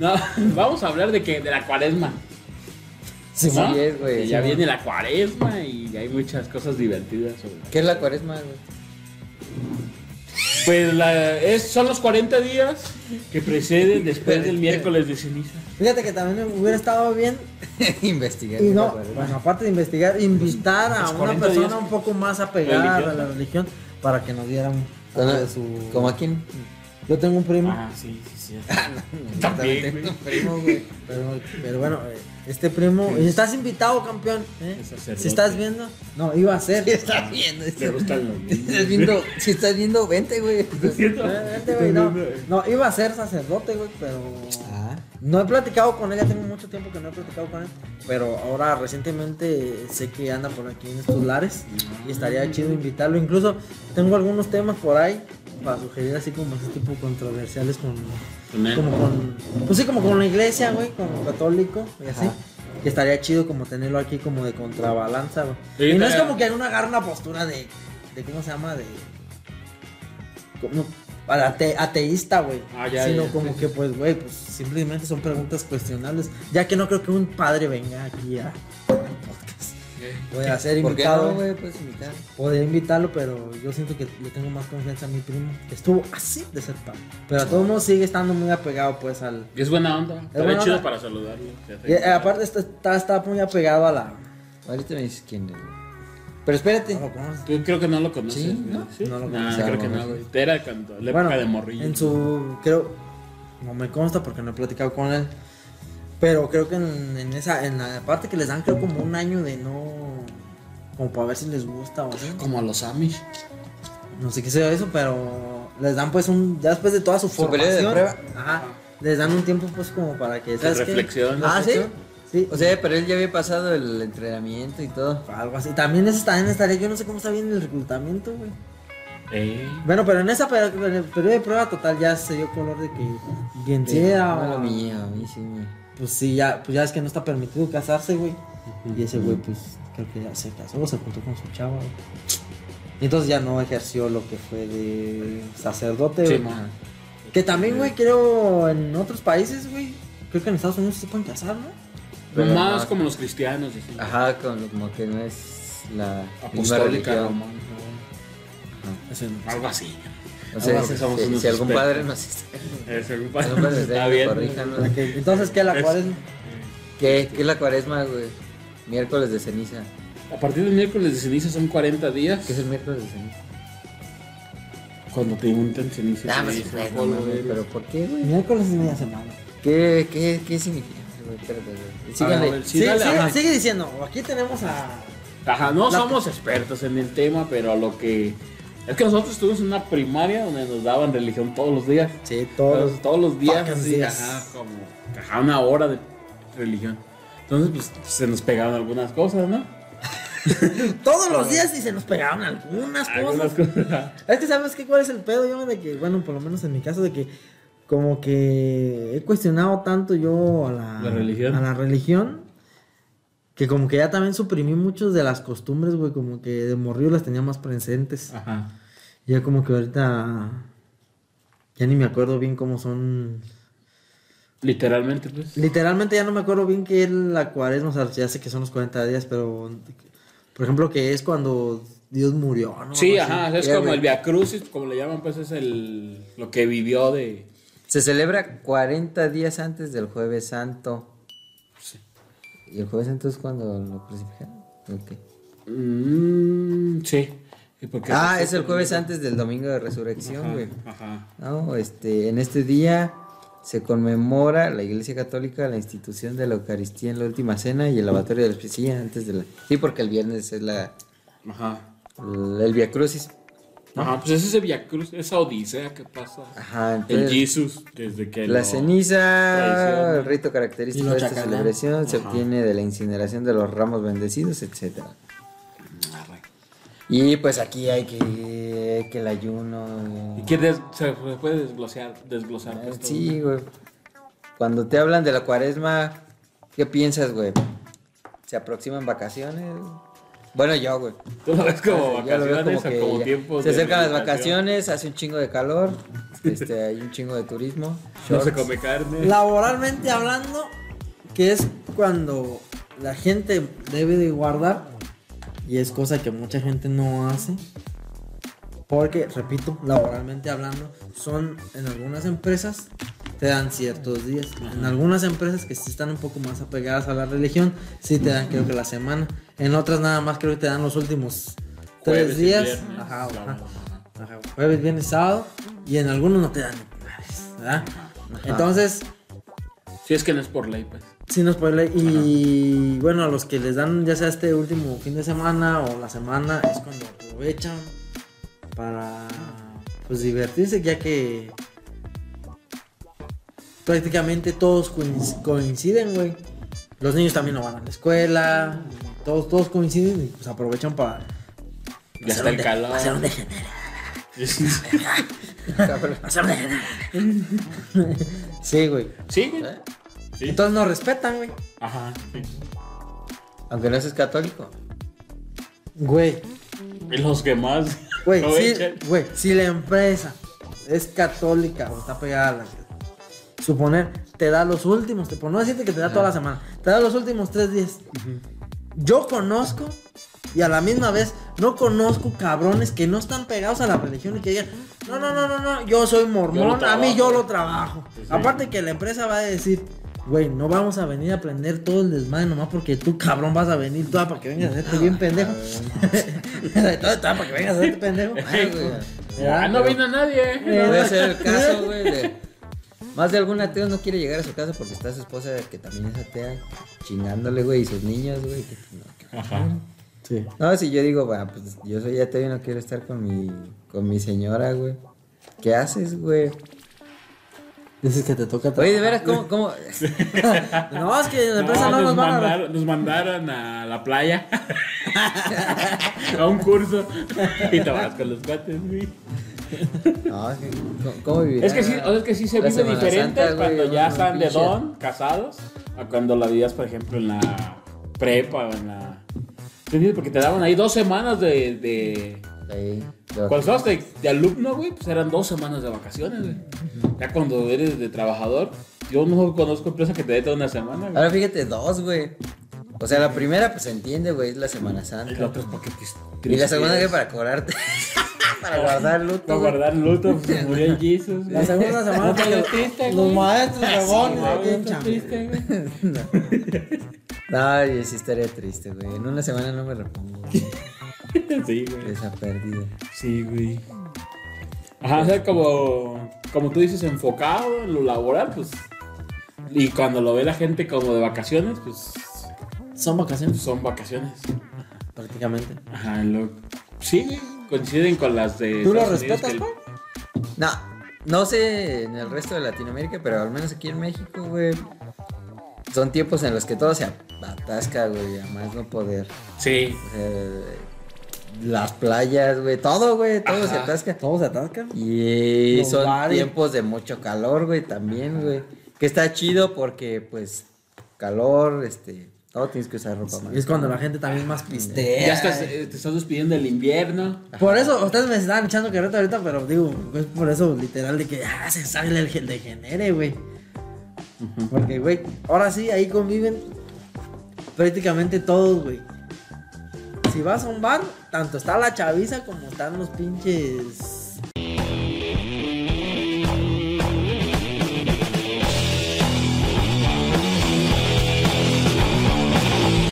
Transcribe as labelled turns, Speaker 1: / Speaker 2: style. Speaker 1: No, vamos a hablar de que de la cuaresma.
Speaker 2: Sí,
Speaker 1: ¿no?
Speaker 2: sí es, güey.
Speaker 1: Que ya viene la cuaresma y hay muchas cosas divertidas. sobre-
Speaker 2: ¿Qué es la cuaresma, güey?
Speaker 1: Pues la- es, son los 40 días que preceden después del miércoles de ceniza.
Speaker 3: Fíjate que también me hubiera estado bien.
Speaker 2: Investigar.
Speaker 3: Y
Speaker 2: qué es la
Speaker 3: no,
Speaker 2: cuaresma.
Speaker 3: bueno, aparte de investigar, invitar a
Speaker 1: Los
Speaker 3: una
Speaker 1: 40
Speaker 3: persona
Speaker 1: días
Speaker 3: un poco más apegada a la
Speaker 1: religiosa.
Speaker 3: religión para que nos dieran algo
Speaker 2: Bueno,
Speaker 3: de su.
Speaker 2: ¿Como Ah, a quién?
Speaker 3: Yo tengo un primo.
Speaker 1: Ah, sí, sí, sí. También,
Speaker 2: Tengo
Speaker 1: güey.
Speaker 2: un primo, güey.
Speaker 3: Pero, pero bueno, eh, este primo, estás invitado, campeón. ¿eh?
Speaker 1: Es sacerdote.
Speaker 3: Si estás viendo, no, iba a ser.
Speaker 2: Sí, está viendo.
Speaker 1: Le gustan los
Speaker 2: Si estás viendo, si estás viendo, vente, güey.
Speaker 3: Eh, este güey, no, no, iba a ser sacerdote, güey, pero.
Speaker 2: Ah,
Speaker 3: No he platicado con él, ya tengo mucho tiempo que no he platicado con él. Pero ahora recientemente sé que anda por aquí en estos lares y estaría chido invitarlo. Incluso tengo algunos temas por ahí para sugerir así como ese tipo controversiales con.
Speaker 1: Con él.
Speaker 3: Como con. Pues sí, como con la iglesia, güey, con lo católico y así.
Speaker 2: Ajá.
Speaker 3: Que estaría chido como tenerlo aquí como de contrabalanza, güey.
Speaker 1: Sí,
Speaker 3: y no es
Speaker 1: estaría-
Speaker 3: como que uno agarre una postura de. de ¿Cómo se llama? De. Como. para ate- ateísta, güey.
Speaker 1: Ah, ya,
Speaker 3: sino
Speaker 1: ya,
Speaker 3: como que, pues, güey, pues simplemente son preguntas cuestionables. Ya que no creo que un padre venga aquí a. Voy a ser
Speaker 2: ¿Por qué no,
Speaker 3: invitado.
Speaker 2: güey? Puedes invitar.
Speaker 3: Podría invitarlo, pero yo siento que le tengo más confianza a mi primo, que estuvo así de ser padre. Pero a todo mundo sigue estando muy apegado, pues, al.
Speaker 1: Es buena onda. Estaría
Speaker 3: buena
Speaker 1: chido
Speaker 3: onda.
Speaker 1: para saludarlo. Se hace-
Speaker 3: y, eh, aparte, está, está, está muy apegado a la.
Speaker 2: Ahorita me dices quién es, güey. Pero espérate.
Speaker 3: a lo que vamos-
Speaker 1: Tú creo que no lo conoces.
Speaker 2: Sí,
Speaker 1: güey.
Speaker 2: ¿no?
Speaker 3: No lo
Speaker 1: Nah,
Speaker 3: conoces.
Speaker 1: creo que no, güey. Era cuando, la época de morrillo.
Speaker 3: En su. Creo. No me consta porque no he platicado con él. Pero creo que en, en esa. En la parte que les dan, creo como un año de no. Como para ver si les gusta o así.
Speaker 1: Como a los Amish.
Speaker 3: No sé qué sea eso, pero. Les dan pues un. Ya después de toda su
Speaker 2: Su periodo
Speaker 3: formación.
Speaker 2: de prueba.
Speaker 3: Ajá. Les dan un tiempo pues como para que. ¿sabes qué?
Speaker 1: reflexión,
Speaker 3: Ah, sí.
Speaker 2: reflexión.
Speaker 3: Sí.
Speaker 2: O sea, pero él ya había pasado el entrenamiento y todo.
Speaker 3: algo así. También eso también estaría. Yo no sé cómo está bien el reclutamiento, güey.
Speaker 1: Eh.
Speaker 3: Bueno, pero en esa pe- en el periodo de prueba total ya se dio color de que quien sea
Speaker 2: No lo
Speaker 3: o-
Speaker 2: mío, a mí sí me.
Speaker 3: pues sí, ya, pues ya es que no está permitido casarse, güey. Y ese güey, pues creo que ya se casó, se juntó con su chava, güey. Y entonces ya no ejerció lo que fue de sacerdote,
Speaker 1: Sí,
Speaker 3: güey.
Speaker 1: ma.
Speaker 3: que también, güey, creo en otros países, güey. Creo que en Estados Unidos sí se pueden casar, ¿no?
Speaker 2: Pero Ah,
Speaker 1: Más
Speaker 2: no.
Speaker 1: como los cristianos, dijimos.
Speaker 2: Ajá, con- como que no es la misma
Speaker 1: Apostólica
Speaker 2: religión.
Speaker 1: romana.
Speaker 3: Eso no.
Speaker 1: Algo así.
Speaker 2: O sea,
Speaker 1: Ahora sí Ah, somos
Speaker 2: si,
Speaker 1: unos
Speaker 2: si algún
Speaker 1: expertos.
Speaker 2: padre nos está,
Speaker 1: Es algún
Speaker 2: algún padre nos
Speaker 1: está
Speaker 2: está
Speaker 1: bien.
Speaker 2: corríjanos.
Speaker 3: Ok, Entonces, ¿qué la
Speaker 1: Es-
Speaker 3: cuaresma?
Speaker 2: ¿Qué, ¿Qué es la cuaresma, güey? Miércoles de ceniza.
Speaker 1: A partir del miércoles de ceniza son 40 días.
Speaker 2: ¿Qué es el miércoles de ceniza?
Speaker 1: Cuando te untan ceniza.
Speaker 2: Ah, pues,
Speaker 1: sí,
Speaker 2: güey, no
Speaker 1: polvo,
Speaker 2: mames,
Speaker 1: güey.
Speaker 2: pero ¿por qué, güey?
Speaker 3: Miércoles y media semana.
Speaker 1: Ah,
Speaker 2: ¿Qué, qué, qué significa? güey? Espérate,
Speaker 1: A
Speaker 2: güey.
Speaker 1: ver,
Speaker 2: Síganle.
Speaker 1: sí,
Speaker 3: sigue,
Speaker 1: dale,
Speaker 3: sigue-
Speaker 1: ajá.
Speaker 3: sigue diciendo, aquí tenemos a.
Speaker 1: Ajá, no
Speaker 3: La-
Speaker 1: somos expertos en el tema, pero lo que. Es que nosotros tuvimos una primaria donde nos daban religión todos los días.
Speaker 3: Sí,
Speaker 1: Todos, todos los días,
Speaker 3: fucking
Speaker 1: así,
Speaker 3: días.
Speaker 1: ajá, como ajá, una hora de religión. Entonces, pues se nos pegaban algunas cosas, ¿no?
Speaker 3: Todos los días y se nos pegaban algunas cosas.
Speaker 1: Algunas cosas.
Speaker 3: Es que sabes que cuál es el pedo yo de que, bueno, por lo menos en mi caso de que como que he cuestionado tanto yo a la,
Speaker 1: La religión.
Speaker 3: a la religión, que como que ya también suprimí muchas de las costumbres, güey, como que de morrillo las tenía más presentes.
Speaker 1: Ajá.
Speaker 3: Ya como que ahorita ya ni me acuerdo bien cómo son.
Speaker 1: Literalmente, pues.
Speaker 3: Literalmente ya no me acuerdo bien qué es la cuaresma, o sea, ya sé que son los 40 días, pero por ejemplo que es cuando Dios murió, ¿no?
Speaker 1: Sí,
Speaker 3: Algo así.
Speaker 1: ajá, es
Speaker 2: pues, Ya,
Speaker 1: como
Speaker 2: güey.
Speaker 1: el Via Crucis, como le llaman, pues es el lo que vivió de
Speaker 2: Se celebra 40 días antes del Jueves Santo.
Speaker 1: pues,
Speaker 2: ¿Y el Jueves Santo es cuando lo crucificaron? Ok.
Speaker 1: Mm, sí. ¿Y por qué?
Speaker 2: Ah, es el Jueves antes del Domingo de Resurrección, güey.
Speaker 1: pues, Ajá.
Speaker 2: No, este, en este día se conmemora la Iglesia Católica la institución de la Eucaristía en la Última Cena y el lavatorio de los pies. Sí, antes de la... Sí, porque el viernes es la...
Speaker 1: Ajá.
Speaker 2: el, el Via Crucis.
Speaker 1: Ajá, pues es ese Via Cruz, esa odisea que pasa.
Speaker 2: Ajá,
Speaker 1: El
Speaker 2: entonces...
Speaker 1: Jesus, desde que
Speaker 2: Ah, pues, La
Speaker 1: lo-
Speaker 2: ceniza,
Speaker 1: traición.
Speaker 2: el rito característico
Speaker 3: Y lo
Speaker 2: de esta
Speaker 3: chacalán.
Speaker 2: celebración, se
Speaker 1: Ajá.
Speaker 2: obtiene de la incineración de los ramos bendecidos, etcétera.
Speaker 1: Arre.
Speaker 2: Y pues aquí hay que, que el ayuno. eh,
Speaker 1: ¿Y qué des- se puede desglosar? desglosar pues, todo?
Speaker 2: Sí, güey. Cuando te hablan de la cuaresma, ¿qué piensas, güey? ¿Se aproximan vacaciones? Bueno, yo, güey.
Speaker 1: Tú lo ves como
Speaker 2: Yo lo veo
Speaker 1: vacaciones o
Speaker 2: que
Speaker 1: como
Speaker 2: ya-
Speaker 1: tiempo.
Speaker 2: Se acercan las vacaciones, hace un chingo de calor. Este, hay un chingo de turismo.
Speaker 1: No se
Speaker 2: shorts.
Speaker 1: come carne.
Speaker 3: Laboralmente hablando, que es cuando la gente debe de guardar y es cosa que mucha gente no hace. Porque, repito, laboralmente hablando, son en algunas empresas te dan ciertos días. En algunas empresas que sí están un poco más apegadas a la religión, sí te dan creo que la semana. En otras nada más creo que te dan los últimos
Speaker 1: Jueves
Speaker 3: tres
Speaker 1: y
Speaker 3: días.
Speaker 1: viernes.
Speaker 3: Ajá,
Speaker 1: La-
Speaker 3: ajá. Ajá, jueves, viernes, sábado. Y en algunos no te dan. ¿verdad? Entonces,
Speaker 1: Si es que no es por ley, pues.
Speaker 3: Sí, no spoiler. Y bueno, a los que les dan ya sea este último fin de semana o la semana es cuando aprovechan para pues divertirse, ya que prácticamente todos coinc- coinciden, güey. Los niños también no van a la escuela, todos, todos coinciden y pues aprovechan para...
Speaker 1: Ya
Speaker 3: hacer
Speaker 1: está
Speaker 3: un
Speaker 1: el
Speaker 3: de-
Speaker 1: calor.
Speaker 3: hacer un degenere,
Speaker 1: pues.
Speaker 3: hacer un degenere. sí, güey.
Speaker 1: Sí, güey.
Speaker 2: ¿Eh?
Speaker 1: Sí.
Speaker 3: Entonces nos respetan, güey.
Speaker 1: Ajá. sí.
Speaker 2: Aunque no seas católico.
Speaker 3: Güey.
Speaker 1: Y los que más.
Speaker 3: Güey,
Speaker 1: aprovechan.
Speaker 3: si, güey, si la empresa es católica o está pegada a la suponer, te da los últimos, te, por no decirte que te da toda la semana, te da los últimos tres días. Yo conozco y a la misma vez no conozco cabrones que no están pegados a la religión y que digan, no, no, no, no, no, yo soy mormón, a mí
Speaker 1: trabajo".
Speaker 3: yo lo trabajo.
Speaker 1: Sí, sí.
Speaker 3: Aparte que la empresa va a decir, güey, no vamos a venir a aprender todo el desmadre nomás porque tú cabrón vas a venir tú ah, para que vengas a hacerte bien pendejo. Todo está para que vengas a hacerte pendejo.
Speaker 2: Ay, güey.
Speaker 1: Ah, no vino nadie.
Speaker 3: Eh,
Speaker 2: Voy a hacer el caso, güey. de- Más de algún ateo no quiere llegar a su casa porque está su esposa, que también es atea, chingándole, güey, y sus niños, güey. que- no, que-
Speaker 1: Ajá.
Speaker 3: Sí.
Speaker 2: No, si yo digo, bueno, pues yo soy ateo y no quiero estar con mi, con mi señora, güey. ¿Qué haces, güey?
Speaker 3: Dices que te toca
Speaker 2: Oye, de veras, ¿cómo? cómo?
Speaker 3: No, es que en la empresa no, nos van a.
Speaker 1: mandaron, nos mandaron a la playa. a un curso. y te vas con los cuates, güey.
Speaker 2: No, es que, ¿cómo, cómo vivirá?
Speaker 1: Es que sí, o sea, es que sí se
Speaker 2: la
Speaker 1: vive
Speaker 2: Semana
Speaker 1: diferente
Speaker 2: Santa, güey,
Speaker 1: cuando ya
Speaker 2: un
Speaker 1: están de
Speaker 2: pinche-
Speaker 1: don, casados, a cuando la vivías, por ejemplo, en la prepa o en la. ¿Entendido? Porque te daban ahí dos semanas de. de
Speaker 2: Ahí, lo-
Speaker 1: cuando estabas de, de alumno, güey, pues eran dos semanas de vacaciones, güey. Ya cuando eres de trabajador, yo no conozco empresa que te dé toda una semana, güey.
Speaker 2: Ahora fíjate, dos, güey. O sea, la primera, pues se entiende, güey, es la Semana Santa.
Speaker 1: Y la otra es para que te
Speaker 2: Y la segunda que
Speaker 1: tristezas,
Speaker 2: para cobrarte. para guardar luto.
Speaker 1: Para
Speaker 2: güey.
Speaker 1: guardar luto, pues se murió el Jesus. güey.
Speaker 3: La segunda semana
Speaker 1: No te
Speaker 3: que
Speaker 1: vestiste,
Speaker 3: los
Speaker 1: güey.
Speaker 3: maestros se van,
Speaker 1: Sí,
Speaker 3: güey,
Speaker 1: güey,
Speaker 3: tienen
Speaker 1: no te
Speaker 3: chamba.
Speaker 1: vestiste, güey.
Speaker 2: No, yo sí estaría triste, güey. En una semana no me repongo. güey,
Speaker 1: Sí, güey.
Speaker 2: de Esa pérdida.
Speaker 1: Sí, güey. Ajá, o sea, como, como tú dices, enfocado en lo laboral, pues. Y cuando lo ve la gente como de vacaciones, pues
Speaker 3: Son vacaciones,
Speaker 1: son vacaciones.
Speaker 3: prácticamente.
Speaker 1: Ajá, lo, sí, güey, coinciden con las de.
Speaker 3: ¿Tú lo
Speaker 1: Estados Unidos
Speaker 3: respetas,
Speaker 1: que-
Speaker 3: güey?
Speaker 2: No, no sé en el resto de Latinoamérica, pero al menos aquí en México, güey. Son tiempos en los que todo se atasca, güey, a más no poder.
Speaker 1: Sí.
Speaker 2: O sea, las playas, güey, todo, güey, todo se
Speaker 1: Ajá.
Speaker 2: atasca.
Speaker 3: Todos se atascan.
Speaker 2: Y
Speaker 3: Los
Speaker 2: son
Speaker 3: bares.
Speaker 2: tiempos de mucho calor, güey, también, güey. Que está chido porque, pues, calor, este, todo tienes que usar ropa más.
Speaker 3: Es cuando la gente también más pistea.
Speaker 1: Ya estás, eh, te estás despidiendo del invierno.
Speaker 3: Por eso, ustedes me estaban echando carreta ahorita, pero digo, es por eso literal de que ah, se sale el gen- degenere, güey. Porque, güey, ahora sí, ahí conviven prácticamente todos, güey. Si vas a un bar, tanto está la chaviza como están los pinches